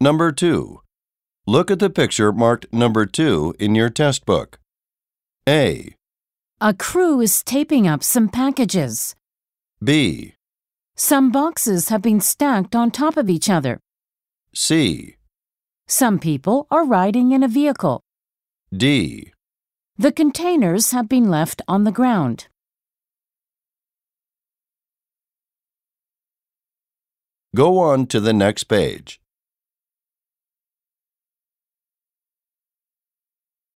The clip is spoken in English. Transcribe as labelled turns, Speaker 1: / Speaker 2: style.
Speaker 1: Number 2. Look at the picture marked number 2 in your test book. A,
Speaker 2: A crew is taping up some packages.
Speaker 1: B,
Speaker 2: Some boxes have been stacked on top of each other.
Speaker 1: C,
Speaker 2: Some people are riding in a vehicle.
Speaker 1: D.
Speaker 2: The containers have been left on the ground.
Speaker 1: Go on to the next page.